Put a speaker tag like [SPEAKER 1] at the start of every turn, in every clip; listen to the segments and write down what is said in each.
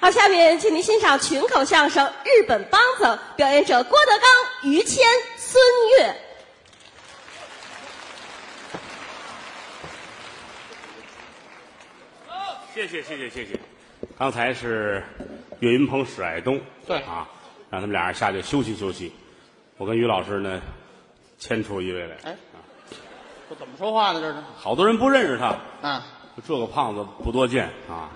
[SPEAKER 1] 好，下面请您欣赏群口相声《日本梆子》，表演者郭德纲、于谦、孙越。
[SPEAKER 2] 谢谢谢谢谢谢。刚才是岳云鹏、史爱东，
[SPEAKER 3] 对
[SPEAKER 2] 啊，让他们俩人下去休息休息。我跟于老师呢，牵出一位来，
[SPEAKER 3] 哎，这怎么说话呢？这是
[SPEAKER 2] 好多人不认识他，
[SPEAKER 3] 啊
[SPEAKER 2] 这个胖子不多见啊，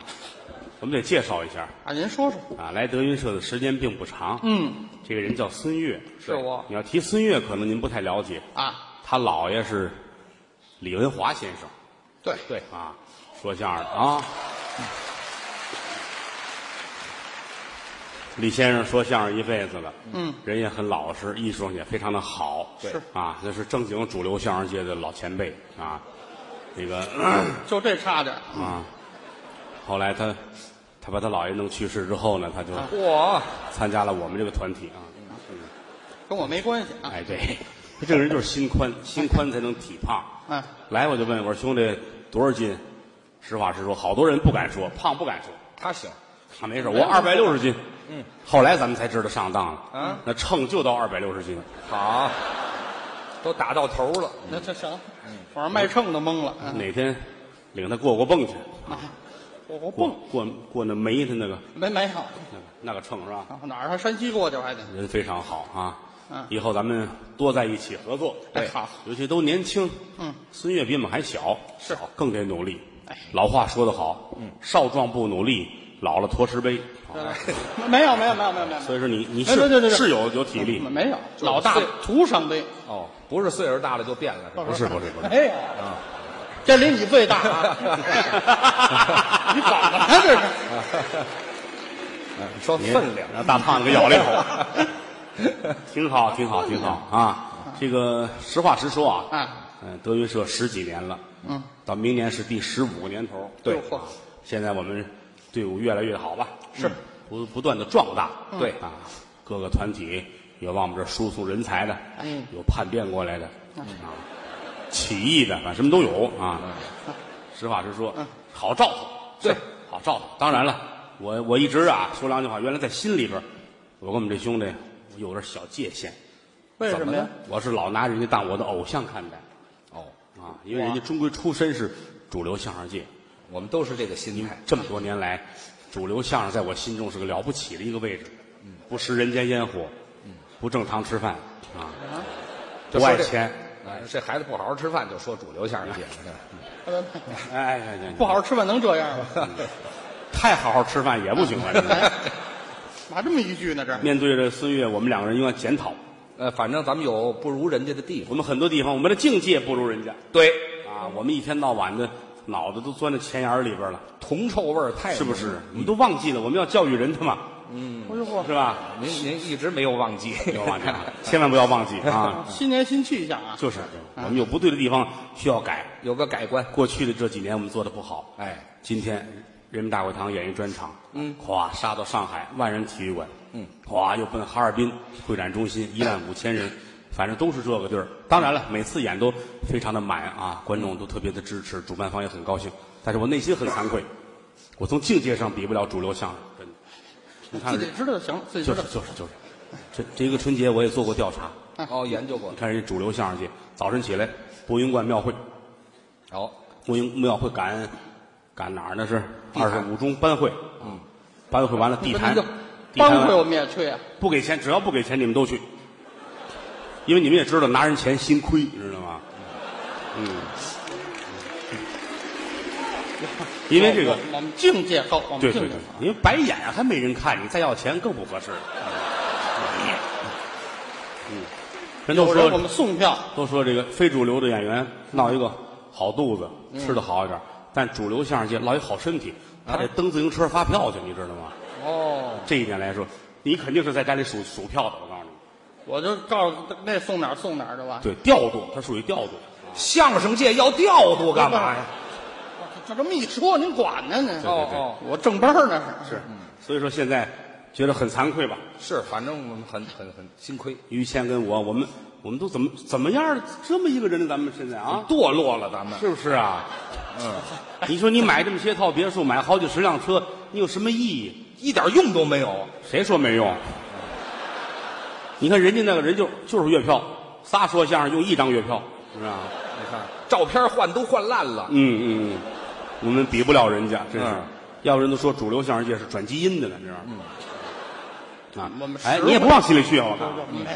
[SPEAKER 2] 我们得介绍一下
[SPEAKER 3] 啊，您说说，
[SPEAKER 2] 啊。来德云社的时间并不长，
[SPEAKER 3] 嗯，
[SPEAKER 2] 这个人叫孙越，
[SPEAKER 3] 是我
[SPEAKER 2] 你要提孙越，可能您不太了解，
[SPEAKER 3] 啊，
[SPEAKER 2] 他姥爷是李文华先生，
[SPEAKER 3] 对，
[SPEAKER 2] 对啊，说相声的啊。李先生说相声一辈子了，嗯，人也很老实，艺术上也非常的好，
[SPEAKER 3] 对是
[SPEAKER 2] 啊，那是正经主流相声界的老前辈啊。那个
[SPEAKER 3] 就这差点儿，
[SPEAKER 2] 啊，后来他他把他姥爷弄去世之后呢，他
[SPEAKER 3] 啊
[SPEAKER 2] 就
[SPEAKER 3] 嚯，
[SPEAKER 2] 参加了我们这个团体啊。
[SPEAKER 3] 跟我没关系啊，
[SPEAKER 2] 哎，对，他这个人就是心宽，心宽才能体胖。
[SPEAKER 3] 嗯，
[SPEAKER 2] 来我就问我说兄弟多少斤？实话实说，好多人不敢说，胖不敢说。
[SPEAKER 4] 他行，
[SPEAKER 2] 啊，没事，我二百六十斤。嗯，后来咱们才知道上当了。
[SPEAKER 3] 啊
[SPEAKER 4] 嗯，
[SPEAKER 2] 那秤就到二百六十斤。
[SPEAKER 4] 好，都打到头了。
[SPEAKER 3] 那这行，我让卖秤的懵了，嗯
[SPEAKER 2] 哪天领他过过泵去？
[SPEAKER 3] 我我
[SPEAKER 2] 过
[SPEAKER 3] 蹦
[SPEAKER 2] 过过那煤的那个
[SPEAKER 3] 没没有，
[SPEAKER 2] 那个那个秤是吧？
[SPEAKER 3] 啊哪儿还山西过去我还得，
[SPEAKER 2] 人非常好啊。
[SPEAKER 3] 嗯
[SPEAKER 2] 以后咱们多在一起合作。
[SPEAKER 3] 哎好，
[SPEAKER 2] 尤其都年轻。
[SPEAKER 3] 嗯，
[SPEAKER 2] 孙越比我们还小，
[SPEAKER 3] 是
[SPEAKER 2] 小更得努力。
[SPEAKER 3] 哎
[SPEAKER 2] 老话说得好，嗯，少壮不努力，老了驮石碑。啊
[SPEAKER 3] 没有没有没有没有没有，
[SPEAKER 2] 所以说你你
[SPEAKER 3] 哎对对
[SPEAKER 2] 是
[SPEAKER 3] 对对
[SPEAKER 2] 是有有体力，
[SPEAKER 3] 没有，
[SPEAKER 4] 就是
[SPEAKER 3] 老大
[SPEAKER 4] 岁
[SPEAKER 3] 徒伤悲，
[SPEAKER 4] 哦，不是岁数大了就变了，是吧？
[SPEAKER 2] 不是不是不是
[SPEAKER 3] 没有啊，这里你最大啊，你怎么了这是？
[SPEAKER 4] 嗯说
[SPEAKER 2] 您
[SPEAKER 4] 分量，
[SPEAKER 2] 让大胖子给咬了一口，挺好挺好挺好啊！这个实话实说啊，
[SPEAKER 3] 啊
[SPEAKER 2] 嗯，德云社十几年了，
[SPEAKER 3] 嗯，
[SPEAKER 2] 到明年是第十五个年头，
[SPEAKER 4] 对
[SPEAKER 3] 嚯
[SPEAKER 2] 现在我们队伍越来越好吧？
[SPEAKER 3] 是嗯
[SPEAKER 2] 嗯，不不断的壮大，
[SPEAKER 4] 对
[SPEAKER 2] 啊，各个团体有往我们这儿输送人才的，
[SPEAKER 3] 嗯，
[SPEAKER 2] 有叛变过来的，啊，起义的，反正什么都有啊。
[SPEAKER 3] 嗯
[SPEAKER 2] 实话实说，好照顾，
[SPEAKER 4] 对
[SPEAKER 2] 是，好照顾。当然了，我我一直啊说良心话，原来在心里边儿，我跟我们这兄弟我有点小界限，
[SPEAKER 3] 为什么
[SPEAKER 2] 怎？
[SPEAKER 3] 呀
[SPEAKER 2] 呢？我是老拿人家当我的偶像看待
[SPEAKER 4] 哦，
[SPEAKER 2] 啊，因为人家终归出身是主流相声界。
[SPEAKER 4] 我们都是这个心态。
[SPEAKER 2] 这么多年来，主流相声在我心中是个了不起的一个位置，不食人间烟火，不正常吃饭啊，
[SPEAKER 4] 就
[SPEAKER 2] 不
[SPEAKER 4] 说
[SPEAKER 2] 爱
[SPEAKER 4] 这
[SPEAKER 2] 钱，
[SPEAKER 4] 哎这孩子不好好吃饭，就说主流相声界，嗯
[SPEAKER 2] 哎哎哎哎，
[SPEAKER 3] 不好好吃饭能这样吗？
[SPEAKER 2] 太好好吃饭也不行啊！这个
[SPEAKER 3] 咋这么一句呢？这
[SPEAKER 2] 面对着孙越，我们两个人应该检讨，
[SPEAKER 4] 呃，反正咱们有不如人家的地方。
[SPEAKER 2] 我们很多地方我们的境界不如人家
[SPEAKER 4] 对，
[SPEAKER 2] 啊，我们一天到晚的脑子都钻到钱眼儿里边了，
[SPEAKER 4] 铜臭味儿太
[SPEAKER 2] 是不是？你都忘记了我们要教育人的嘛，嗯
[SPEAKER 3] 哎呦嚯，
[SPEAKER 2] 是吧？
[SPEAKER 4] 您您一直没有忘记，
[SPEAKER 2] 不要忘记啊，千万不要忘记 啊！
[SPEAKER 3] 新年新气象啊！
[SPEAKER 2] 就是我们有不对的地方需要改，
[SPEAKER 4] 有个改观。
[SPEAKER 2] 过去的这几年我们做的不好，
[SPEAKER 4] 哎，
[SPEAKER 2] 今天人民大会堂演一专场，
[SPEAKER 4] 嗯
[SPEAKER 2] 哗杀到上海万人体育馆，
[SPEAKER 4] 嗯，
[SPEAKER 2] 哗又奔哈尔滨会展中心一万五千人，反正都是这个地儿。当然了，每次演都非常的满啊，观众都特别的支持，主办方也很高兴。但是我内心很惭愧，我从境界上比不了主流相声，真的。你看
[SPEAKER 3] 自，己知道就行，自己
[SPEAKER 2] 就
[SPEAKER 3] 知
[SPEAKER 2] 是
[SPEAKER 3] 道。
[SPEAKER 2] 就是就是，这这一个春节我也做过调查，
[SPEAKER 4] 哦，研究过
[SPEAKER 2] 你。看人家主流相声界，早晨起来博云观庙会，
[SPEAKER 4] 哦，
[SPEAKER 2] 国营庙会赶赶哪儿呢？是二十五中班会，嗯，班会完了地坛
[SPEAKER 3] 就，
[SPEAKER 2] 地坛
[SPEAKER 3] 帮会我
[SPEAKER 2] 完
[SPEAKER 3] 们也去啊，
[SPEAKER 2] 不给钱，只要不给钱你们都去，因为你们也知道拿人钱心亏，你知道吗？嗯，因为这个
[SPEAKER 3] 我我们境界高，我们
[SPEAKER 2] 对
[SPEAKER 3] 境
[SPEAKER 2] 对
[SPEAKER 3] 界
[SPEAKER 2] 对，
[SPEAKER 3] 高。
[SPEAKER 2] 因为白演还没人看，你再要钱更不合适了。嗯，人都
[SPEAKER 3] 有人我
[SPEAKER 2] 说
[SPEAKER 3] 们送票，
[SPEAKER 2] 都说这个非主流的演员闹一个好肚子，
[SPEAKER 4] 嗯
[SPEAKER 2] 吃的好一点，但主流相声界落一好身体，
[SPEAKER 4] 啊
[SPEAKER 2] 他得蹬自行车发票去，你知道吗？
[SPEAKER 3] 哦，
[SPEAKER 2] 这一点来说，你肯定是在家里数数票的，我告诉你。
[SPEAKER 3] 我就告诉那送哪儿送哪儿的吧。
[SPEAKER 2] 对，调度，它属于调度。
[SPEAKER 4] 相声界要调度干嘛呀？
[SPEAKER 3] 我靠，这这么一说，您管呢您？
[SPEAKER 2] 对对
[SPEAKER 3] 哦，我正班呢是。
[SPEAKER 2] 所以说现在觉得很惭愧吧？
[SPEAKER 4] 是，反正我们很很很心亏，
[SPEAKER 2] 于谦跟我，我们我们都怎么怎么样了？这么一个人，咱们现在啊，
[SPEAKER 4] 堕落了咱们。
[SPEAKER 2] 是不是啊？嗯，你说你买这么些套别墅，买好几十辆车，你有什么意义？
[SPEAKER 4] 一点用都没有。
[SPEAKER 2] 谁说没用？你看人家那个人就就是月票，仨说相声用一张月票，是吧？
[SPEAKER 4] 你看照片换都换烂了，
[SPEAKER 2] 嗯嗯，嗯，我们比不了人家，真是。
[SPEAKER 4] 嗯
[SPEAKER 2] 要不人都说主流相声界是转基因的了，你知道吗？
[SPEAKER 4] 嗯
[SPEAKER 2] 啊，
[SPEAKER 3] 我们实
[SPEAKER 2] 哎，
[SPEAKER 3] 惠
[SPEAKER 2] 你也不往心里去啊！我看，
[SPEAKER 3] 没没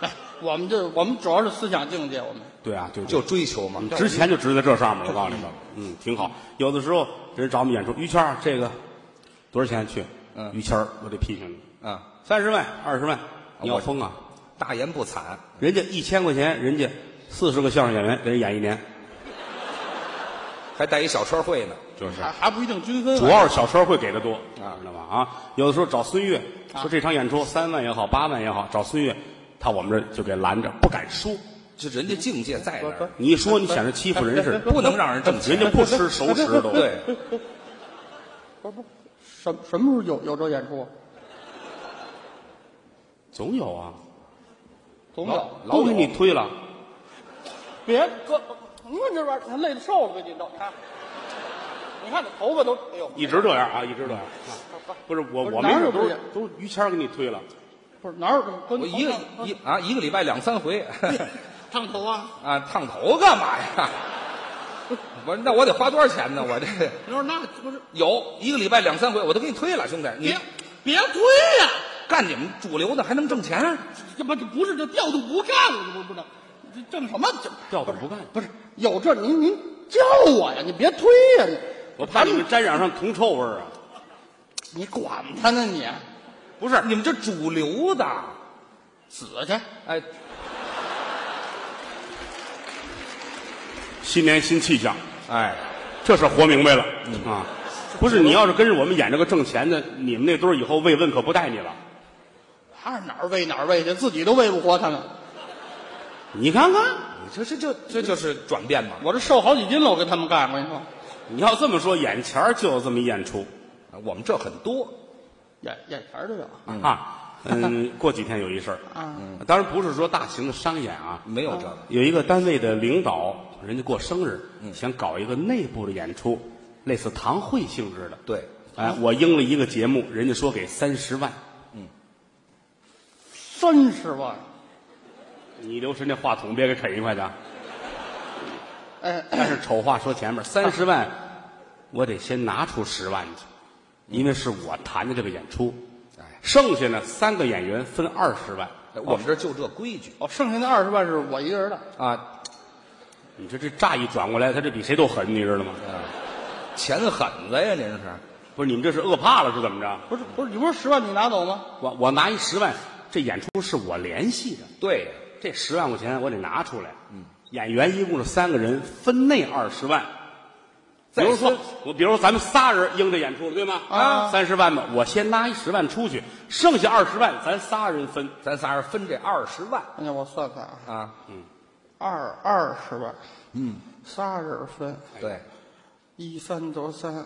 [SPEAKER 3] 没，我们这我们主要是思想境界，我们
[SPEAKER 2] 对啊，对，对
[SPEAKER 4] 就追求嘛
[SPEAKER 2] 嗯。值钱就值在这上面，我告 诉你吧，嗯，挺好。有的时候人找我们演出，于谦儿这个多少钱去？
[SPEAKER 4] 嗯
[SPEAKER 2] 于谦儿，我得批评你，
[SPEAKER 4] 啊，
[SPEAKER 2] 三十万、二十万，你要
[SPEAKER 4] 我
[SPEAKER 2] 疯啊！
[SPEAKER 4] 大言不惭，
[SPEAKER 2] 人家一千块钱，人家四十个相声演员，人家演一年，
[SPEAKER 4] 还带一小车会呢。
[SPEAKER 2] 就是
[SPEAKER 3] 还还不一定均分。啊
[SPEAKER 2] 主要是小车会给的多
[SPEAKER 4] 啊
[SPEAKER 2] 知道吧？啊，有的时候找孙越
[SPEAKER 3] 啊
[SPEAKER 2] 说这场演出三万也好，八万也好，找孙越，他我们这儿就给拦着，不敢说。
[SPEAKER 4] 这人家境界在那儿，
[SPEAKER 2] 你一说，你显得欺负人似的，
[SPEAKER 4] 不能让人挣钱。
[SPEAKER 2] 人家不吃熟食都。，
[SPEAKER 4] 对，
[SPEAKER 3] 不不，什什么时候有有这演出？啊
[SPEAKER 2] 总有啊，
[SPEAKER 3] 总
[SPEAKER 4] 老
[SPEAKER 3] 有。
[SPEAKER 4] 老
[SPEAKER 2] 都给
[SPEAKER 4] 有
[SPEAKER 2] 你推了。
[SPEAKER 3] 别哥，你看这玩意儿，他累得瘦了，最近都看，你看这头发都，哎呦，
[SPEAKER 2] 一直这样啊，一直这样。啊不是我，
[SPEAKER 3] 不是
[SPEAKER 2] 我没
[SPEAKER 3] 哪
[SPEAKER 2] 事
[SPEAKER 3] 有
[SPEAKER 2] 都
[SPEAKER 3] 不
[SPEAKER 2] 是
[SPEAKER 3] 是
[SPEAKER 2] 都于谦儿给你推了，
[SPEAKER 3] 不是哪有跟
[SPEAKER 4] 我一个一啊一个礼拜两三回
[SPEAKER 3] 烫头啊？
[SPEAKER 4] 啊，烫头干嘛呀？ 我说那我得花多少钱呢？我这
[SPEAKER 3] 你说那不是
[SPEAKER 4] 有一个礼拜两三回，我都给你推了，兄弟，你
[SPEAKER 3] 别别推呀、
[SPEAKER 4] 干你们主流的还能挣钱？
[SPEAKER 3] 这不这不是这调度不干了，不不能，这挣什么这
[SPEAKER 2] 调子不干。
[SPEAKER 3] 不是有这您您叫我呀，你别推呀、你
[SPEAKER 2] 我怕你们沾染上铜臭味儿啊！
[SPEAKER 3] 你管他呢你，
[SPEAKER 4] 不是你们这主流的，
[SPEAKER 3] 死去！
[SPEAKER 4] 哎，
[SPEAKER 2] 新年新气象，
[SPEAKER 4] 哎，
[SPEAKER 2] 这事儿活明白了啊！不是你要是跟着我们演这个挣钱的，你们那堆儿以后慰问可不带你了。
[SPEAKER 3] 他是哪儿喂哪儿喂去，自己都喂不活他们。
[SPEAKER 2] 你看看，
[SPEAKER 4] 你这这这这就是转变嘛。
[SPEAKER 3] 我这瘦好几斤了，我跟他们干，我跟你说，
[SPEAKER 2] 你要这么说，眼前儿就有这么一演出
[SPEAKER 4] 我们这很多，
[SPEAKER 3] 眼眼前儿都有
[SPEAKER 2] 啊。嗯，过几天有一事儿，
[SPEAKER 3] 啊。
[SPEAKER 2] 当然不是说大型的商演啊，
[SPEAKER 4] 没有这个，
[SPEAKER 2] 有一个单位的领导，人家过生日，想搞一个内部的演出，类似堂会性质的。
[SPEAKER 4] 对，
[SPEAKER 2] 哎，我应了一个节目，人家说给三十万，
[SPEAKER 3] 三十万，
[SPEAKER 2] 你留神这话筒别给啃一块去啊。
[SPEAKER 3] 哎，
[SPEAKER 2] 但是丑话说前面，三十万，我得先拿出十万去，因为是我谈的这个演出。
[SPEAKER 4] 哎，
[SPEAKER 2] 剩下呢，三个演员分二十万，
[SPEAKER 4] 我们这就这规矩
[SPEAKER 3] 哦，剩下那二十万是我一个人的，
[SPEAKER 4] 啊，
[SPEAKER 2] 哦你这这乍一转过来，他这比谁都狠，你知道吗？
[SPEAKER 4] 哎钱狠子呀，您是
[SPEAKER 2] 不是你们这是饿怕了是怎么着？
[SPEAKER 3] 不是不是，你不是十万你拿走吗？
[SPEAKER 2] 我我拿一十万，这演出是我联系的，
[SPEAKER 4] 对呀，
[SPEAKER 2] 这十万块钱我得拿出来。嗯，演员一共是三个人，分内二十万。比
[SPEAKER 4] 再
[SPEAKER 2] 如说
[SPEAKER 4] 分，
[SPEAKER 2] 我比如说咱们仨人应这演出了，对吗？
[SPEAKER 3] 啊
[SPEAKER 2] 三十万吧，我先拿一十万出去，剩下二十万咱仨人分。
[SPEAKER 4] 咱仨人分这二十万
[SPEAKER 3] 那我算算啊，
[SPEAKER 4] 啊，
[SPEAKER 3] 二二十万，嗯，仨人分，
[SPEAKER 4] 对，
[SPEAKER 3] 一三得 三，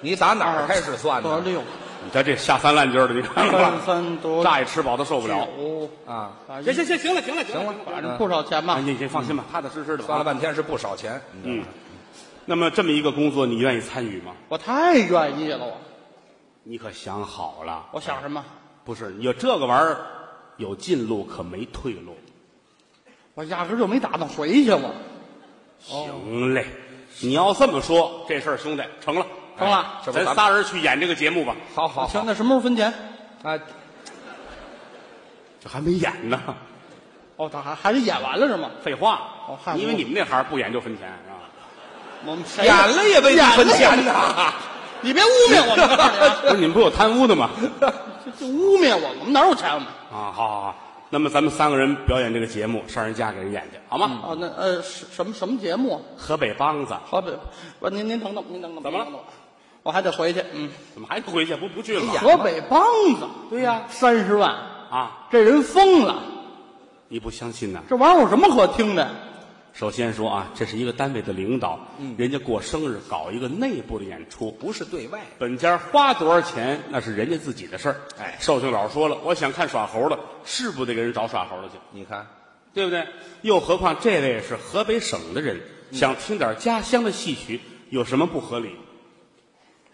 [SPEAKER 4] 你打哪儿开始算
[SPEAKER 3] 得
[SPEAKER 4] 的
[SPEAKER 3] 六，
[SPEAKER 2] 你瞧这下三滥劲儿的，你看
[SPEAKER 3] 三
[SPEAKER 2] 吧，
[SPEAKER 3] 三得
[SPEAKER 2] 乍一吃饱他受不了。
[SPEAKER 3] 九，
[SPEAKER 4] 啊？
[SPEAKER 3] 啊
[SPEAKER 2] 嗯行行，行，行了行了行
[SPEAKER 4] 行了，
[SPEAKER 3] 反正
[SPEAKER 4] 嗯
[SPEAKER 3] 不少钱吧
[SPEAKER 2] 哎，？你你放心吧，踏踏实实的吧。
[SPEAKER 4] 算了半天是不少钱，
[SPEAKER 2] 嗯，那么这么一个工作，你愿意参与吗？
[SPEAKER 3] 我太愿意了，我
[SPEAKER 2] 你可想好了，
[SPEAKER 3] 我想什么？
[SPEAKER 2] 不是你有这个玩意儿，有进路可没退路。
[SPEAKER 3] 我压根儿就没打算回去，我
[SPEAKER 2] 行嘞，你要这么说，这事儿兄弟成了，哎
[SPEAKER 3] 成了。
[SPEAKER 4] 这不
[SPEAKER 2] 咱
[SPEAKER 4] 咱
[SPEAKER 2] 仨人去演这个节目吧。
[SPEAKER 4] 好好
[SPEAKER 3] 行，
[SPEAKER 4] 好
[SPEAKER 3] 那什么时候分钱？
[SPEAKER 4] 啊，
[SPEAKER 2] 这还没演呢，
[SPEAKER 3] 哦，他还还得演完了是吗？
[SPEAKER 2] 废话
[SPEAKER 3] 哦，还不哎
[SPEAKER 2] 因为你们那行不演就分钱啊。
[SPEAKER 3] 我们谁
[SPEAKER 4] 演了也为你分钱
[SPEAKER 3] 呢？
[SPEAKER 4] 呐，
[SPEAKER 3] 你别污蔑我们，我告诉你啊
[SPEAKER 2] 不是你们不有贪污的吗？
[SPEAKER 3] 这这污蔑我，我们哪有钱？我们
[SPEAKER 2] 啊，好好好，那么咱们三个人表演这个节目，上人家给人演去，好吗？
[SPEAKER 3] 啊，那呃，什什么什么节目啊？
[SPEAKER 2] 河北梆子
[SPEAKER 3] 好比不，您您等等，您等等，
[SPEAKER 2] 怎么了
[SPEAKER 3] 您等等？我还得回去。嗯，
[SPEAKER 2] 怎么还不回去？不不去了吗
[SPEAKER 3] 河北梆子，哎对呀，三十万，
[SPEAKER 2] 啊？
[SPEAKER 3] 这人疯了，
[SPEAKER 2] 你不相信呐？
[SPEAKER 3] 这玩意儿有什么可听的？
[SPEAKER 2] 首先说啊，这是一个单位的领导，人家过生日搞一个内部的演出，
[SPEAKER 4] 不是对外，
[SPEAKER 2] 本家花多少钱那是人家自己的事儿。
[SPEAKER 4] 哎
[SPEAKER 2] 寿星老说了，我想看耍猴的，是不得给人找耍猴的去，
[SPEAKER 4] 你看
[SPEAKER 2] 对不对？又何况这位是河北省的人，
[SPEAKER 3] 嗯
[SPEAKER 2] 想听点家乡的戏曲，有什么不合理？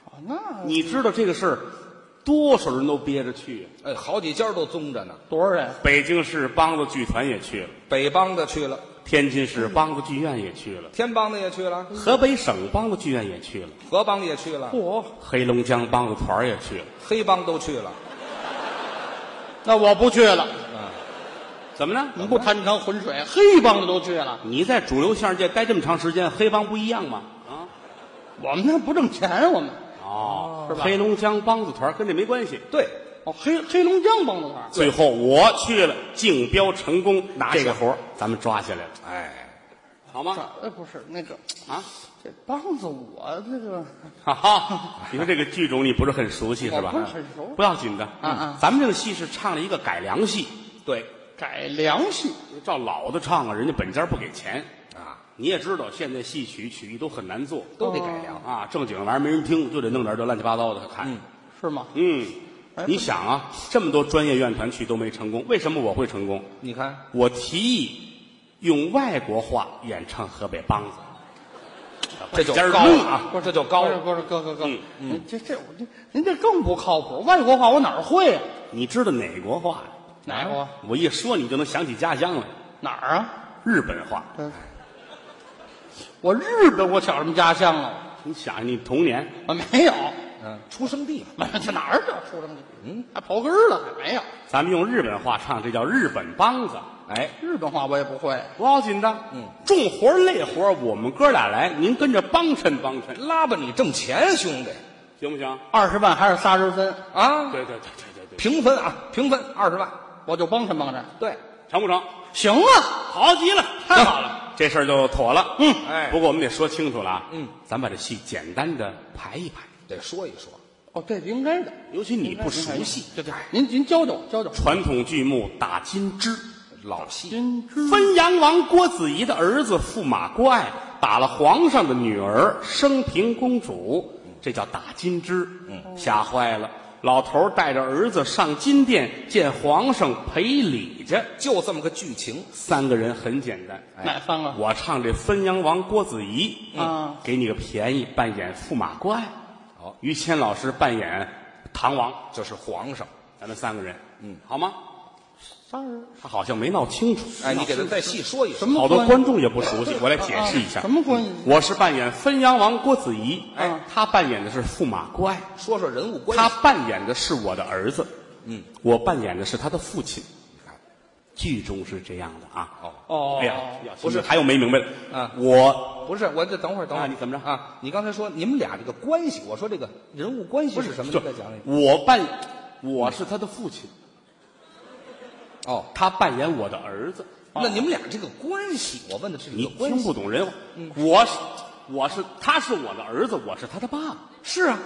[SPEAKER 3] 哦，那
[SPEAKER 2] 你知道这个事儿多少人都憋着去。啊
[SPEAKER 4] 哎，好几家都宗着呢。
[SPEAKER 3] 多少人？
[SPEAKER 2] 北京市梆子剧团也去了，
[SPEAKER 4] 北梆子去了，
[SPEAKER 2] 天津市梆子剧院也去了，
[SPEAKER 4] 天梆子也去了，
[SPEAKER 2] 河北省梆子剧院也去了，
[SPEAKER 4] 河梆子也去了，
[SPEAKER 3] 嚯、
[SPEAKER 2] 黑龙江梆子团也去了。
[SPEAKER 4] 黑梆都去了。
[SPEAKER 3] 那我不去了，
[SPEAKER 2] 怎么呢？
[SPEAKER 3] 你不贪汤浑水，黑帮的都去了。
[SPEAKER 2] 你在主流相声界待这么长时间，黑帮不一样吗？啊，
[SPEAKER 3] 我们那不挣钱，啊我们
[SPEAKER 2] 哦，
[SPEAKER 3] 是吧
[SPEAKER 2] 黑龙江梆子团跟这没关系。
[SPEAKER 4] 对，
[SPEAKER 3] 哦，黑黑龙江帮的团，
[SPEAKER 2] 最后我去了，竞标成功，
[SPEAKER 4] 拿下
[SPEAKER 2] 这个活儿咱们抓下来了，
[SPEAKER 4] 哎，
[SPEAKER 2] 好吗？
[SPEAKER 3] 哎，不是那个
[SPEAKER 2] 啊，
[SPEAKER 3] 这帮子我那个
[SPEAKER 2] 哈哈，你说这个剧种你不是很熟悉是吧？
[SPEAKER 3] 我不是很熟
[SPEAKER 2] 不要紧的，
[SPEAKER 3] 嗯嗯
[SPEAKER 2] 咱们这个戏是唱了一个改良戏，
[SPEAKER 4] 对
[SPEAKER 3] 改良戏，
[SPEAKER 2] 照老的唱啊，人家本家不给钱。
[SPEAKER 4] 啊，
[SPEAKER 2] 你也知道，现在戏曲曲艺都很难做，
[SPEAKER 4] 都得
[SPEAKER 3] 哦
[SPEAKER 4] 改良。
[SPEAKER 2] 啊，正经玩意儿没人听，就得弄点这乱七八糟的看。
[SPEAKER 4] 嗯
[SPEAKER 3] 是吗？
[SPEAKER 2] 嗯，
[SPEAKER 3] 哎
[SPEAKER 2] 你想啊，这么多专业院团去都没成功，为什么我会成功？
[SPEAKER 4] 你看，
[SPEAKER 2] 我提议用外国话演唱河北梆子，
[SPEAKER 4] 这就
[SPEAKER 2] 今儿
[SPEAKER 4] 高
[SPEAKER 2] 录
[SPEAKER 4] 了啊，这就高
[SPEAKER 3] 不是
[SPEAKER 4] 了。
[SPEAKER 3] 不是，哥哥哥，
[SPEAKER 2] 嗯
[SPEAKER 3] 您这这我这您这更不靠谱，外国话我哪儿会啊？
[SPEAKER 2] 你知道哪国话呀？
[SPEAKER 3] 哪国啊？
[SPEAKER 2] 我一说你就能想起家乡来，
[SPEAKER 3] 哪儿啊？
[SPEAKER 2] 日本话。
[SPEAKER 3] 我日本，我想什么家乡啊？
[SPEAKER 2] 你想，你童年
[SPEAKER 3] 我没有，
[SPEAKER 4] 嗯，出生地
[SPEAKER 3] 我这哪
[SPEAKER 2] 啊
[SPEAKER 3] 儿找出生地？嗯，还刨根儿了，还没有。
[SPEAKER 2] 咱们用日本话唱，这叫日本梆子，
[SPEAKER 4] 哎，
[SPEAKER 3] 日本话我也不会，
[SPEAKER 2] 不要紧的。
[SPEAKER 4] 嗯，
[SPEAKER 2] 重活儿累活儿，我们哥俩来，您跟着帮衬帮衬，
[SPEAKER 4] 拉吧你挣钱，兄弟
[SPEAKER 2] 行不行？
[SPEAKER 3] 二十万还是仨十分，
[SPEAKER 4] 啊，
[SPEAKER 2] 对对对对对对，
[SPEAKER 4] 平分啊，平分二十万。
[SPEAKER 3] 我就帮衬帮衬。
[SPEAKER 4] 对，
[SPEAKER 2] 成不成？
[SPEAKER 3] 行啊，
[SPEAKER 2] 好极了，
[SPEAKER 3] 太好了，
[SPEAKER 2] 这事儿就妥了。
[SPEAKER 3] 嗯
[SPEAKER 4] 哎
[SPEAKER 2] 不过我们得说清楚了啊。
[SPEAKER 4] 嗯，
[SPEAKER 2] 咱把这戏简单的排一排，
[SPEAKER 4] 得说一说。
[SPEAKER 3] 哦，这应该的。
[SPEAKER 2] 尤其你不熟悉，
[SPEAKER 3] 对对，您您教教我教教我。
[SPEAKER 2] 传统剧目打金枝。
[SPEAKER 4] 老戏
[SPEAKER 3] 金枝
[SPEAKER 2] 汾阳王郭子仪的儿子驸马郭爱打了皇上的女儿升平公主，这叫打金枝。嗯，吓坏了，老头儿带着儿子上金殿见皇上赔礼去。
[SPEAKER 4] 就这么个剧情，
[SPEAKER 2] 三个人很简单，哎
[SPEAKER 3] 哪三个
[SPEAKER 2] 我唱这汾阳王郭子仪，
[SPEAKER 3] 啊
[SPEAKER 2] 给你个便宜，扮演驸马郭爱。
[SPEAKER 4] 好
[SPEAKER 2] 于谦老师扮演唐王，
[SPEAKER 4] 这是皇上。
[SPEAKER 2] 咱们三个人，嗯，好吗？
[SPEAKER 3] 仨人
[SPEAKER 2] 他好像没闹清楚，
[SPEAKER 4] 哎，你给他再细说一说。
[SPEAKER 3] 啊什么
[SPEAKER 2] 好多
[SPEAKER 3] 关系
[SPEAKER 2] 观众也不熟悉，我来解释一下。
[SPEAKER 3] 啊什么嗯关系
[SPEAKER 2] 我是扮演汾阳王郭子仪，
[SPEAKER 4] 哎
[SPEAKER 2] 啊他扮演的是驸马郭爱，
[SPEAKER 4] 说说人物关
[SPEAKER 2] 他
[SPEAKER 4] 系。
[SPEAKER 2] 扮演的是我的儿子，
[SPEAKER 4] 嗯，
[SPEAKER 2] 我扮演的是他的父亲。剧中是这样的啊，
[SPEAKER 4] 哦
[SPEAKER 3] 哦，
[SPEAKER 2] 哎呀，
[SPEAKER 4] 不是
[SPEAKER 2] 还有没明白的
[SPEAKER 4] 啊
[SPEAKER 2] 我
[SPEAKER 4] 不是，我这等会儿，等会儿，
[SPEAKER 2] 啊你怎么着
[SPEAKER 4] 啊？你刚才说你们俩这个关系，我说这个人物关系是什么？
[SPEAKER 2] 就
[SPEAKER 4] 你再讲讲。
[SPEAKER 2] 我扮，我是他的父亲，
[SPEAKER 4] 哦，
[SPEAKER 2] 他扮演我的儿子。
[SPEAKER 4] 那你们俩这个关系，我问的是这
[SPEAKER 2] 你
[SPEAKER 4] 个关
[SPEAKER 2] 听
[SPEAKER 4] 系。嗯
[SPEAKER 2] 不懂人话，我是我是他是我的儿子，我是他的爸爸。
[SPEAKER 4] 是啊，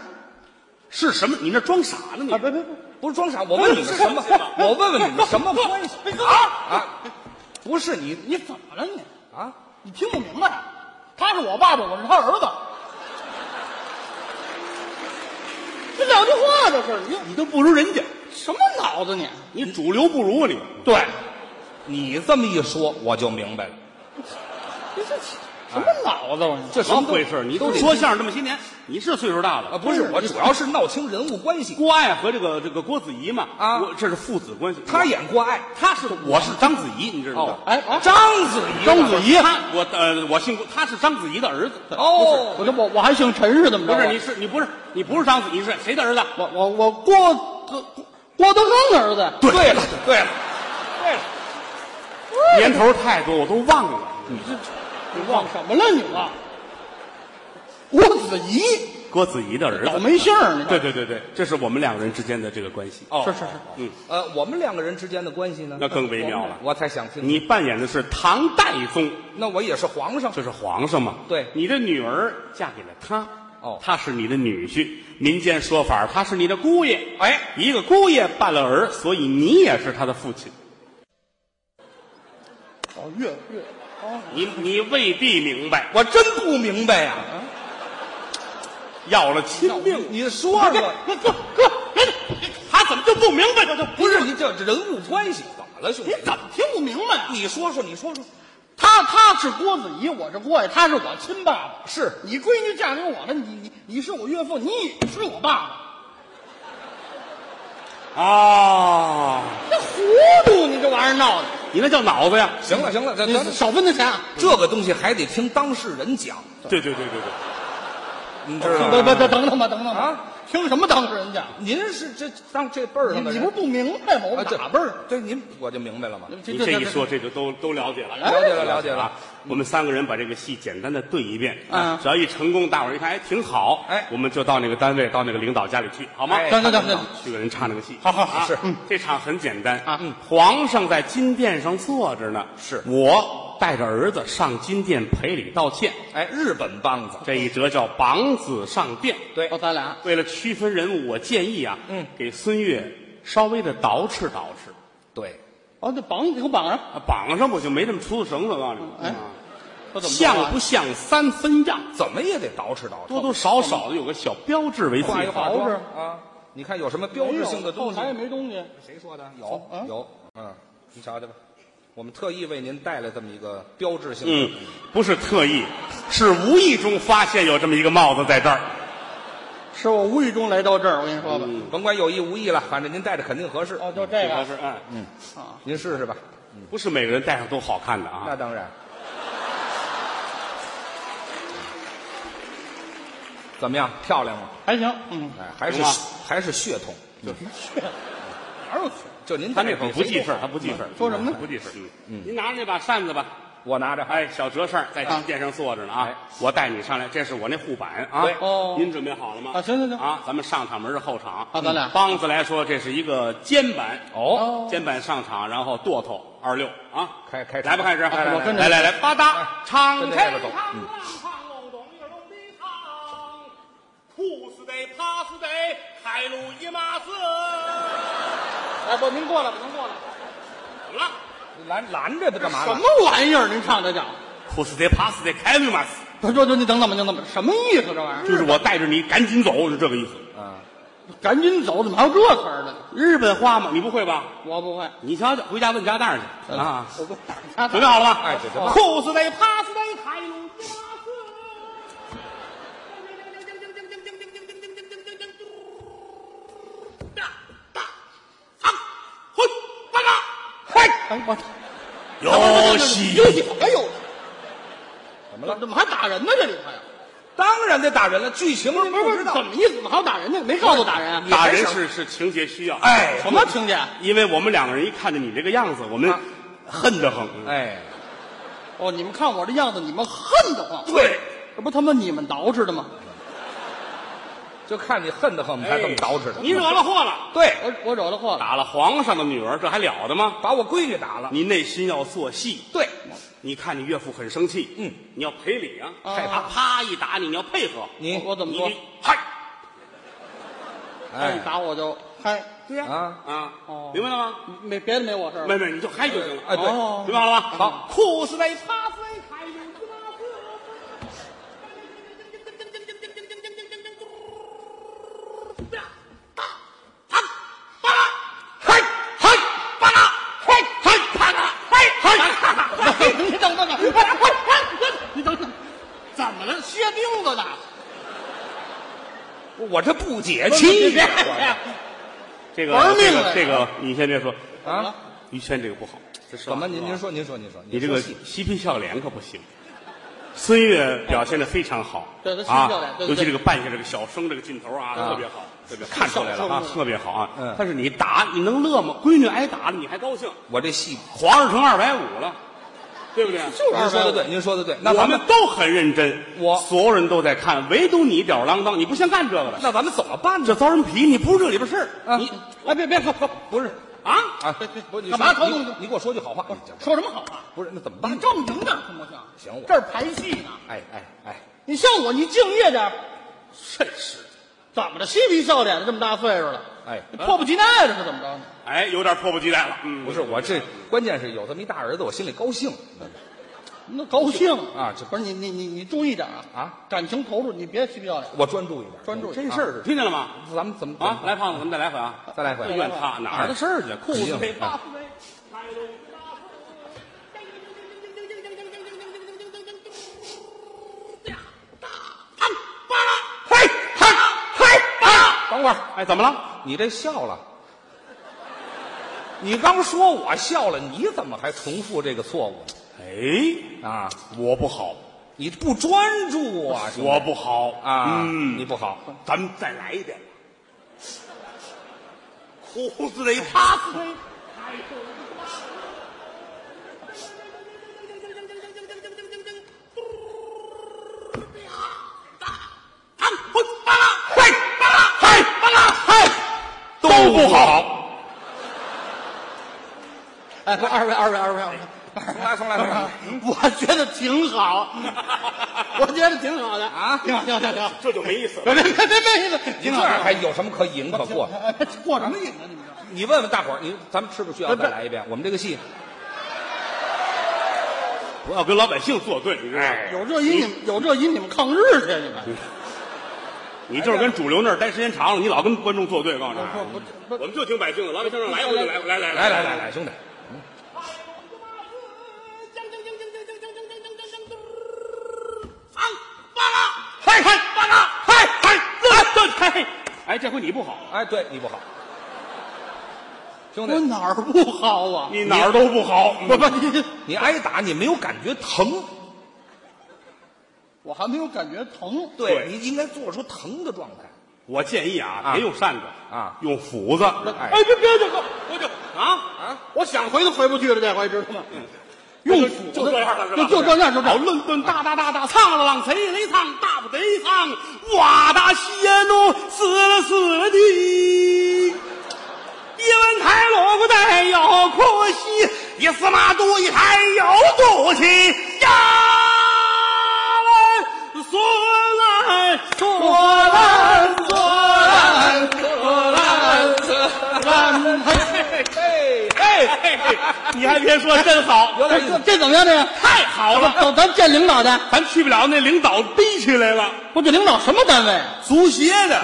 [SPEAKER 2] 是什么？你那装傻呢你？
[SPEAKER 3] 啊，别别别，
[SPEAKER 4] 不是装傻，我问你们什么？我问问你们什么关系
[SPEAKER 3] 啊？
[SPEAKER 4] 啊？不是你
[SPEAKER 3] 你怎么了你？
[SPEAKER 4] 啊？
[SPEAKER 3] 你听不明白啊？他是我爸爸，我是他儿子。这两句话这是你
[SPEAKER 2] 你都不如人家，
[SPEAKER 3] 什么脑子你？
[SPEAKER 2] 你主流不如啊你。
[SPEAKER 3] 对，
[SPEAKER 4] 你这么一说，我就明白了。
[SPEAKER 3] 你这什么脑子我你？
[SPEAKER 4] 这
[SPEAKER 2] 怎哎么回事？你
[SPEAKER 4] 都
[SPEAKER 2] 都
[SPEAKER 4] 得
[SPEAKER 2] 说相声这么些年，你是岁数大
[SPEAKER 4] 啊？
[SPEAKER 2] 了。
[SPEAKER 4] 不是，我主要是闹清人物关系。
[SPEAKER 2] 郭爱和这个这个郭子仪嘛，
[SPEAKER 4] 啊
[SPEAKER 2] 我这是父子关系。
[SPEAKER 4] 他演郭爱，
[SPEAKER 2] 他是我是章子怡，你知道吗？
[SPEAKER 4] 哦
[SPEAKER 3] 哎啊，
[SPEAKER 4] 章子怡，啊
[SPEAKER 2] 章子怡，他我呃我姓郭，他是章子怡的儿子。
[SPEAKER 4] 哦，
[SPEAKER 3] 我这我我还姓陈是怎么着
[SPEAKER 2] 不
[SPEAKER 3] 啊？
[SPEAKER 2] 是，你是你不是你不是章子怡，是谁的儿子？
[SPEAKER 3] 我我我郭郭郭德纲的儿子，
[SPEAKER 4] 对了，对了，对了，
[SPEAKER 2] 年头太多，我都忘了。你这
[SPEAKER 3] 你忘什么了你忘？郭子仪，
[SPEAKER 2] 郭子仪的儿
[SPEAKER 3] 倒
[SPEAKER 2] 子，
[SPEAKER 3] 霉性儿，你
[SPEAKER 2] 对对对对，这是我们两个人之间的这个关系。
[SPEAKER 4] 哦，
[SPEAKER 3] 是是是，
[SPEAKER 2] 嗯，
[SPEAKER 4] 呃，我们两个人之间的关系呢？
[SPEAKER 2] 那更微妙了。
[SPEAKER 4] 我才想听。
[SPEAKER 2] 你扮演的是唐代宗，
[SPEAKER 4] 那我也是皇上，
[SPEAKER 2] 这是皇上嘛？
[SPEAKER 4] 对
[SPEAKER 2] 你的女儿嫁给了他，
[SPEAKER 4] 哦
[SPEAKER 2] 他是你的女婿。民间说法，他是你的姑爷。
[SPEAKER 4] 哎
[SPEAKER 2] 一个姑爷办了儿，所以你也是他的父亲。
[SPEAKER 3] 哦，越越哦，
[SPEAKER 2] 你你未必明白，
[SPEAKER 4] 我真不明白呀、
[SPEAKER 2] 要了亲命，哎
[SPEAKER 4] 你说说，
[SPEAKER 3] 哥哥哥，别
[SPEAKER 2] 他怎么就不明白呢？
[SPEAKER 4] 不是你这这人物关系怎么了，兄弟
[SPEAKER 3] 你？怎么听不明白啊？
[SPEAKER 4] 你说说，你说说，
[SPEAKER 3] 他他是郭子仪，我是郭爱，他是我亲爸爸。
[SPEAKER 4] 是
[SPEAKER 3] 你闺女嫁给我了，你你你是我岳父，你也是我爸爸。
[SPEAKER 2] 哦，
[SPEAKER 3] 这糊
[SPEAKER 4] 嗯
[SPEAKER 3] 涂，你这玩意儿闹的，
[SPEAKER 2] 你那叫脑子呀！
[SPEAKER 4] 行了行了，咱
[SPEAKER 3] 你
[SPEAKER 4] 咱
[SPEAKER 3] 少分他钱啊！
[SPEAKER 4] 这个东西还得听当事人讲，
[SPEAKER 2] 对对对对对，
[SPEAKER 4] 你知道
[SPEAKER 3] 不不
[SPEAKER 4] 吗？
[SPEAKER 3] 不，等等吧，等等吧
[SPEAKER 4] 啊！
[SPEAKER 3] 听什么当事人讲？
[SPEAKER 4] 您是这当这辈儿
[SPEAKER 3] 你
[SPEAKER 4] 上的
[SPEAKER 3] 你
[SPEAKER 4] 人
[SPEAKER 3] 不是不明白吗？我
[SPEAKER 4] 啊这
[SPEAKER 3] 打辈儿。
[SPEAKER 4] 对您我就明白了嘛。
[SPEAKER 2] 你这一说，这就都都了解了，
[SPEAKER 4] 了解了了解了
[SPEAKER 2] 啊！我们三个人把这个戏简单的对一遍，啊
[SPEAKER 3] 嗯
[SPEAKER 2] 只要一成功，大伙儿一看，哎，挺好，
[SPEAKER 4] 哎
[SPEAKER 2] 我们就到那个单位，到那个领导家里去，好吗？啊
[SPEAKER 4] 哎
[SPEAKER 3] 等等等等，
[SPEAKER 2] 去给人唱那个戏，
[SPEAKER 3] 好好
[SPEAKER 2] 啊
[SPEAKER 3] 是嗯
[SPEAKER 2] 这场很简单
[SPEAKER 3] 啊嗯，
[SPEAKER 2] 皇上在金殿上坐着呢，
[SPEAKER 4] 是
[SPEAKER 2] 我带着儿子上金殿赔礼道歉，
[SPEAKER 4] 哎，日本梆子，
[SPEAKER 2] 这一折叫绑子上殿。
[SPEAKER 4] 对
[SPEAKER 3] 哦，咱俩
[SPEAKER 2] 为了区分人物，我建议啊，
[SPEAKER 4] 嗯
[SPEAKER 2] 给孙越稍微的捯饬捯饬，
[SPEAKER 4] 对，
[SPEAKER 3] 哦，这绑你给我绑上，
[SPEAKER 2] 啊，绑上我就没这么粗的绳子，我告诉你，
[SPEAKER 3] 哎
[SPEAKER 2] 啊
[SPEAKER 3] 我怎么办
[SPEAKER 2] 像
[SPEAKER 3] 啊
[SPEAKER 2] 不像三分样，
[SPEAKER 4] 怎么也得捯饬捯饬，
[SPEAKER 2] 多多少少的有个小标志为记
[SPEAKER 4] 画一
[SPEAKER 2] 号。
[SPEAKER 4] 化
[SPEAKER 3] 捯
[SPEAKER 4] 妆
[SPEAKER 3] 饬
[SPEAKER 4] 啊？你看有什么标志性的东西
[SPEAKER 3] 后？台也没东西。
[SPEAKER 4] 谁说的？有
[SPEAKER 3] 啊
[SPEAKER 4] 有，嗯，你瞧瞧吧，我们特意为您带来这么一个标志性
[SPEAKER 2] 嗯
[SPEAKER 4] 的，
[SPEAKER 2] 不是特意，是无意中发现有这么一个帽子在这儿。
[SPEAKER 3] 是我无意中来到这儿，我跟你说吧。
[SPEAKER 4] 甭管有意无意了，反正您戴着肯定合适。
[SPEAKER 3] 哦，就这
[SPEAKER 2] 合
[SPEAKER 3] 个啊
[SPEAKER 2] 适，哎，
[SPEAKER 4] 您试试吧。
[SPEAKER 2] 不是每个人戴上都好看的
[SPEAKER 4] 那
[SPEAKER 2] 啊。
[SPEAKER 4] 当然。怎么样？漂亮吗？
[SPEAKER 3] 还行，嗯，
[SPEAKER 4] 哎，还
[SPEAKER 2] 行
[SPEAKER 4] 是
[SPEAKER 2] 吧
[SPEAKER 4] 还是血统，
[SPEAKER 3] 哪有去？
[SPEAKER 4] 就您
[SPEAKER 2] 他那
[SPEAKER 4] 戴着
[SPEAKER 2] 会儿不记事儿，他不记事儿。
[SPEAKER 3] 说什么呢
[SPEAKER 2] 不记事儿。嗯，您拿着那把扇子吧。
[SPEAKER 4] 我拿 着，
[SPEAKER 2] 哎，小折扇儿在金殿上坐着呢啊
[SPEAKER 4] 哎！
[SPEAKER 2] 我带你上来，这是我那护板啊
[SPEAKER 4] 对。
[SPEAKER 3] 哦
[SPEAKER 2] 您准备好了吗？
[SPEAKER 3] 啊行行行
[SPEAKER 2] 啊，咱们上场门是后场
[SPEAKER 3] 啊咱俩
[SPEAKER 2] 梆子来说，这是一个肩板
[SPEAKER 4] 哦
[SPEAKER 2] 肩板上场，然后剁头二六啊，
[SPEAKER 4] 开开场
[SPEAKER 2] 来吧，开始，
[SPEAKER 4] 哎
[SPEAKER 3] 啊我跟着啊
[SPEAKER 2] 来来来，吧嗒
[SPEAKER 4] 哎，
[SPEAKER 2] 唱
[SPEAKER 4] 跟着
[SPEAKER 2] 开
[SPEAKER 4] 这个走
[SPEAKER 2] 唱
[SPEAKER 4] 嗯
[SPEAKER 2] 唱漏洞一儿龙的唱，哭死得爬死得海路一马死，
[SPEAKER 3] 哎，不，您过来吧，您过来。
[SPEAKER 2] 怎么了？
[SPEAKER 4] 拦拦着他干嘛
[SPEAKER 3] 什
[SPEAKER 4] 呢？
[SPEAKER 3] 么玩意儿？您唱这叫？
[SPEAKER 2] 哭死得爬死得海路一马死，
[SPEAKER 3] 他说：“就你等等吧，您等等吧，什么意思？这玩意
[SPEAKER 2] 就
[SPEAKER 3] 儿，
[SPEAKER 2] 是我带着你赶紧走，是这个意思。
[SPEAKER 4] 啊，
[SPEAKER 3] 赶紧走，怎么还有这词儿呢？
[SPEAKER 2] 日本话嘛，你不会吧？
[SPEAKER 3] 我不会嗯
[SPEAKER 2] 你瞧瞧，回家问家蛋儿去啊！
[SPEAKER 3] 我不他
[SPEAKER 2] 准备好了吗？
[SPEAKER 4] 哎对对对
[SPEAKER 2] 哭死得爬死得海路一马死。
[SPEAKER 3] 哎，我
[SPEAKER 2] 有
[SPEAKER 3] 有
[SPEAKER 2] 戏！
[SPEAKER 3] 戏！哎呦，怎
[SPEAKER 4] 怎
[SPEAKER 3] 么
[SPEAKER 4] 么了？
[SPEAKER 3] 怎么还打人呢？这里头呀？
[SPEAKER 4] 当然得打人了，剧情是不知道
[SPEAKER 3] 怎。么意思？怎么还要打人呢？没告诉我打人啊？
[SPEAKER 2] 打人是是情节需要，
[SPEAKER 4] 哎
[SPEAKER 3] 什么情节？
[SPEAKER 2] 因为我们两个人一看见你这个样子，我们
[SPEAKER 4] 啊
[SPEAKER 2] 恨得很。
[SPEAKER 4] 哎，
[SPEAKER 3] 哦，你们看我这样子，你们恨得慌。
[SPEAKER 4] 对，
[SPEAKER 3] 这不他妈你们捯饬的吗？
[SPEAKER 4] 就看你恨得很，我们才这么捯饬的。
[SPEAKER 2] 你惹了祸了，
[SPEAKER 4] 对，
[SPEAKER 3] 我我惹了祸了。
[SPEAKER 2] 打了皇上的女儿，这还了得吗？
[SPEAKER 4] 把我闺女打了。
[SPEAKER 2] 你内心要做戏，
[SPEAKER 4] 对，
[SPEAKER 2] 你看你岳父很生气，
[SPEAKER 4] 嗯，
[SPEAKER 2] 你要赔礼啊，
[SPEAKER 3] 啊
[SPEAKER 2] 害怕啪一打你，你要配合，
[SPEAKER 4] 你
[SPEAKER 3] 我我怎么
[SPEAKER 2] 你
[SPEAKER 3] 说？
[SPEAKER 2] 嗨
[SPEAKER 3] 他一
[SPEAKER 4] 哎
[SPEAKER 3] 打我就嗨，
[SPEAKER 2] 对呀
[SPEAKER 4] 啊，
[SPEAKER 2] 啊
[SPEAKER 3] 哦，
[SPEAKER 2] 明白了吗？
[SPEAKER 3] 没别的没我事儿了
[SPEAKER 2] 妹。妹，你就嗨就行了。
[SPEAKER 4] 哎对
[SPEAKER 2] 哦明白了吗？
[SPEAKER 4] 好，
[SPEAKER 2] 哭死得趴死得开心。
[SPEAKER 4] 嗨嗨，巴拉嗨嗨巴拉嗨嗨。
[SPEAKER 3] 哎你等等等，你等等，怎么了？薛定子呢？
[SPEAKER 4] 我这不解气呀！我
[SPEAKER 2] 这个
[SPEAKER 3] 玩命
[SPEAKER 2] 这
[SPEAKER 3] 了
[SPEAKER 2] 个这个，你先别说，
[SPEAKER 4] 这啊，
[SPEAKER 2] 于谦这个不好。这是吧啊
[SPEAKER 4] 怎么您您说您说您说，
[SPEAKER 2] 你
[SPEAKER 4] 您
[SPEAKER 2] 这
[SPEAKER 4] 说
[SPEAKER 2] 个
[SPEAKER 4] 戏
[SPEAKER 2] 嬉皮笑脸可不行。孙越表现的非常好，
[SPEAKER 3] 对他嬉皮
[SPEAKER 2] 啊
[SPEAKER 3] 笑脸对对
[SPEAKER 2] 尤其
[SPEAKER 3] 对
[SPEAKER 2] 这个扮下这个小生这个劲头啊，特别好，特别好看出来了啊
[SPEAKER 3] 小，生
[SPEAKER 2] 特别好啊
[SPEAKER 4] 嗯。
[SPEAKER 2] 但是你打你能乐吗？闺女挨打了你还高兴？
[SPEAKER 4] 我这戏，
[SPEAKER 2] 皇上成二百五了，对不对？
[SPEAKER 3] 就是
[SPEAKER 4] 您说的对，您说的对。那
[SPEAKER 2] 我
[SPEAKER 4] 咱
[SPEAKER 2] 们
[SPEAKER 4] 们
[SPEAKER 2] 都很认真，
[SPEAKER 4] 我
[SPEAKER 2] 所有人都在看，唯独你吊儿郎当，你不像干这个的，
[SPEAKER 4] 那咱们怎么办呢？
[SPEAKER 2] 这遭人皮，你不是这里边事儿
[SPEAKER 4] 啊
[SPEAKER 2] 你
[SPEAKER 3] 哎，别别别，
[SPEAKER 4] 不是
[SPEAKER 2] 啊，
[SPEAKER 4] 啊
[SPEAKER 3] 别别，
[SPEAKER 4] 不是你
[SPEAKER 3] 干嘛
[SPEAKER 4] 说
[SPEAKER 3] 掏动
[SPEAKER 4] 你你给我说句好话，你这
[SPEAKER 3] 说什么好话？
[SPEAKER 4] 不是那怎么
[SPEAKER 3] 你
[SPEAKER 4] 办？
[SPEAKER 3] 正经点行不行？
[SPEAKER 4] 嗯行我
[SPEAKER 3] 这儿排戏呢。
[SPEAKER 4] 哎哎哎，
[SPEAKER 3] 你像我，你敬业点儿。
[SPEAKER 2] 真是，
[SPEAKER 3] 怎么着？嬉皮笑脸的，这么大岁数了，
[SPEAKER 4] 哎
[SPEAKER 3] 你迫不及待的是怎么着呢？
[SPEAKER 2] 哎，有点迫不及待了，嗯，
[SPEAKER 4] 不是我这，关键是有这么一大儿子，我心里高兴。
[SPEAKER 3] 那高兴
[SPEAKER 4] 啊这
[SPEAKER 3] 不是你你你你注意点啊
[SPEAKER 4] 啊！
[SPEAKER 3] 感情投入，你别嬉皮笑脸，
[SPEAKER 4] 我专注一点，
[SPEAKER 3] 专注一点
[SPEAKER 4] 真事儿
[SPEAKER 2] 听见了吗？
[SPEAKER 4] 是，咱们怎么怎
[SPEAKER 2] 啊
[SPEAKER 4] 么，
[SPEAKER 2] 来胖子，咱们再来回啊，
[SPEAKER 4] 再来一回
[SPEAKER 2] 不？怨他哪儿的事儿去，裤子没扒。
[SPEAKER 4] 嗨嗨嗨啊！等会儿，
[SPEAKER 2] 哎，怎么了？
[SPEAKER 4] 你这笑了，你刚说我笑了，你怎么还重复这个错误呢
[SPEAKER 2] 哎，
[SPEAKER 4] 啊？
[SPEAKER 2] 我不好，
[SPEAKER 4] 你不专注啊！兄弟
[SPEAKER 2] 我不好
[SPEAKER 4] 啊，
[SPEAKER 2] 嗯，
[SPEAKER 4] 你不好，
[SPEAKER 2] 咱们再来一遍。哭死得趴死得，
[SPEAKER 4] 啊，我巴拉，嘿，巴拉，嘿，巴拉，嘿，
[SPEAKER 2] 都不好。
[SPEAKER 3] 哎，不二位，二位，二位，二位，
[SPEAKER 4] 重来，重来，重来。
[SPEAKER 3] 我觉得挺好，我觉得挺好的
[SPEAKER 4] 啊
[SPEAKER 3] 挺好，挺好，挺好。
[SPEAKER 2] 这就没意思了。
[SPEAKER 3] 别别别别别意思，
[SPEAKER 4] 你
[SPEAKER 3] 挺
[SPEAKER 4] 这
[SPEAKER 3] 好。
[SPEAKER 4] 还有什么可赢可过？
[SPEAKER 3] 哎过什么瘾呢？你们这
[SPEAKER 4] 你问问大伙儿，你咱们是呃不是需要再来一遍？我们这个戏，
[SPEAKER 2] 不要跟老百姓作对，你知道吗？
[SPEAKER 3] 有这因你们有这因你们抗日去，你们
[SPEAKER 2] 你就是跟主流那儿待时间长了，你老跟观众作对，告诉你
[SPEAKER 3] 不不不，
[SPEAKER 2] 我们就听百姓的，老百姓让来我就来，来来
[SPEAKER 4] 来来
[SPEAKER 2] 来
[SPEAKER 4] 来来，兄弟，嘿嘿，巴拉，嘿嘿，
[SPEAKER 2] 来，嘿，哎，这回你不好，
[SPEAKER 4] 哎，对你不好，兄
[SPEAKER 3] 我
[SPEAKER 4] 弟，
[SPEAKER 3] 哪儿不好啊？
[SPEAKER 2] 你哪儿都不好。
[SPEAKER 3] 不不你，
[SPEAKER 4] 你挨打你没有感觉疼，
[SPEAKER 3] 我还没有感觉疼。
[SPEAKER 2] 对
[SPEAKER 4] 你应该做出疼的状态。
[SPEAKER 2] 我建议啊，
[SPEAKER 4] 啊
[SPEAKER 2] 别用扇子
[SPEAKER 4] 啊
[SPEAKER 2] 用斧子。
[SPEAKER 4] 哎，
[SPEAKER 3] 哎，别别别，我就
[SPEAKER 2] 啊，
[SPEAKER 3] 我想回都回不去了，这回知道吗？用斧子
[SPEAKER 2] 就这样了是吧
[SPEAKER 3] 就就这样，就这
[SPEAKER 2] 老
[SPEAKER 3] 样。
[SPEAKER 2] 论论大大大大，唱了浪，谁来唱？大不得唱，哇大些奴死了死的。一文台锣鼓带有哭戏，一司马肚一抬有肚气呀！索兰，索兰，索兰，索兰，
[SPEAKER 4] 嘿，
[SPEAKER 2] 嘿，你还别说，真好，
[SPEAKER 4] 有点意
[SPEAKER 3] 这
[SPEAKER 4] 思。
[SPEAKER 3] 这怎么样？这个
[SPEAKER 2] 太好了。
[SPEAKER 3] 走，咱见领导去。
[SPEAKER 2] 咱去不了，那领导逼起来了。啊
[SPEAKER 3] 我这领导什么单位？
[SPEAKER 2] 足协的，